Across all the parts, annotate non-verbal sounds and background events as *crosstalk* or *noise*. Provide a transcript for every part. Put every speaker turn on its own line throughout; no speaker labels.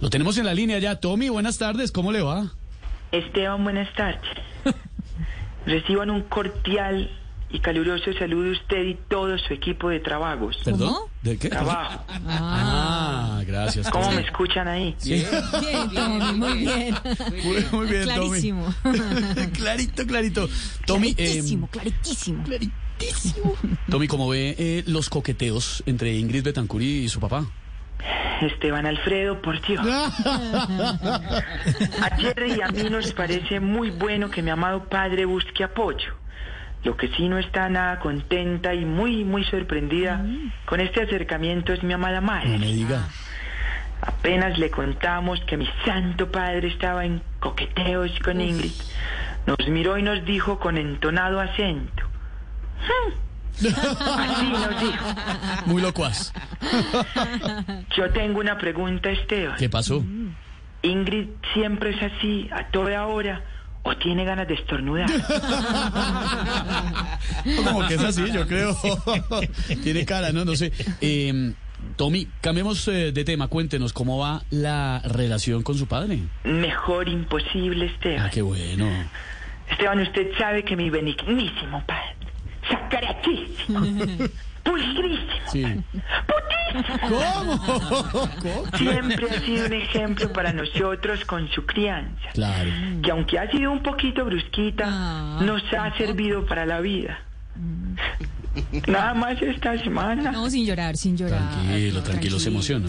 Lo tenemos en la línea ya. Tommy, buenas tardes, ¿cómo le va?
Esteban, buenas tardes. Reciban un cordial y caluroso saludo usted y todo su equipo de trabajos.
¿Perdón? ¿De qué?
Trabajo.
Ah, gracias.
¿Cómo
Tommy.
me escuchan ahí?
Bien, Tommy, muy bien.
Muy, *laughs* muy bien,
Clarísimo.
Tommy. *laughs* clarito, clarito. Tommy, eh,
claritísimo, claritísimo.
claritísimo. Tommy, ¿cómo ve eh, los coqueteos entre Ingrid Betancourt y su papá?
Esteban Alfredo, por Dios. A Jerry y a mí nos parece muy bueno que mi amado padre busque apoyo. Lo que sí no está nada contenta y muy, muy sorprendida con este acercamiento es mi amada
No
madre.
me diga.
Apenas le contamos que mi santo padre estaba en coqueteos con Ingrid, nos miró y nos dijo con entonado acento. "Hmm". Así nos dijo.
Muy locuaz.
Yo tengo una pregunta, Esteban.
¿Qué pasó?
¿Ingrid siempre es así a toda hora o tiene ganas de estornudar?
Como que es así, yo creo. *laughs* Tiene cara, no, no sé. Eh, Tommy, cambiemos eh, de tema. Cuéntenos cómo va la relación con su padre.
Mejor imposible, Esteban.
Ah, qué bueno.
Esteban, usted sabe que mi benignísimo padre, sacaratísimo, pulcrísimo,
Sí.
putísimo,
¿Cómo?
siempre ha sido un ejemplo para nosotros con su crianza.
Claro.
que aunque ha sido un poquito brusquita,
Ah.
nos ha servido para la vida. Nada más esta semana.
Mm. No, sin llorar, sin llorar.
Tranquilo, tranquilo, se emociona.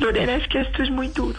Lorena, es que esto es muy duro.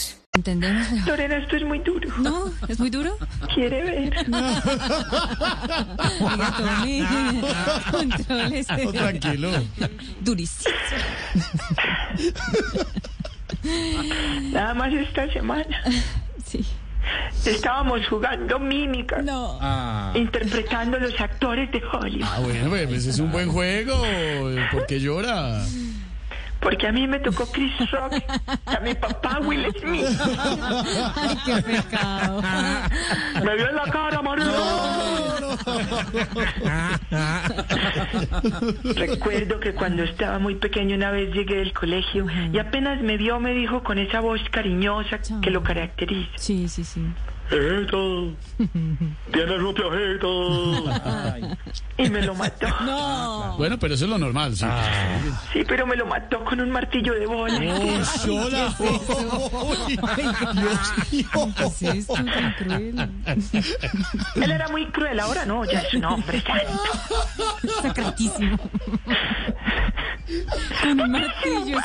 ¿Entendemos? mejor?
Lorena, esto es muy duro.
No, es muy duro.
Quiere ver.
Oiga,
*laughs*
Tommy, contrólese.
Tranquilo.
Durísimo.
Nada más esta semana.
Sí.
Estábamos jugando mímica,
No.
interpretando los actores de Hollywood.
Ah, bueno, pues es un buen juego. ¿Por qué llora?
Porque a mí me tocó Chris Rock, y a mi papá Will Smith.
Ay, qué pecado.
Me vio en la cara, Mario. Recuerdo que cuando estaba muy pequeño una vez llegué del colegio y apenas me vio me dijo con esa voz cariñosa que lo caracteriza.
Sí, sí, sí.
Ejito, tienes un piojito. Y me lo mató.
No.
Bueno, pero eso es lo normal. ¿sí?
Sí, pero me lo mató con un martillo de bola.
*laughs* Sola.
¿Qué es esto tan cruel?
Él era muy cruel, ahora no, ya es un hombre santo.
Sacratísimo. Con martillos.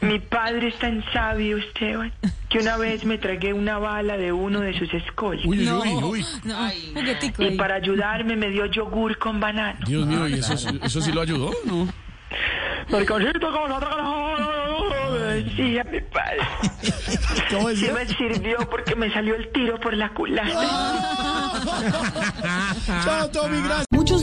Mi padre es tan sabio, Esteban, que una vez me tragué una bala de uno de sus escollos.
Uy, uy,
No,
uy, uy.
no, juguetico
Y
ahí.
para ayudarme me dio yogur con banano.
Dios mío, ¿y eso, eso sí lo ayudó? No.
Marconcito, ¿cómo se atraca la joda? Me Decía mi padre.
*laughs* ¿Cómo
Sí
decía?
me sirvió porque me salió el tiro por la culata.
Chao, Tommy, gracias.
Muchos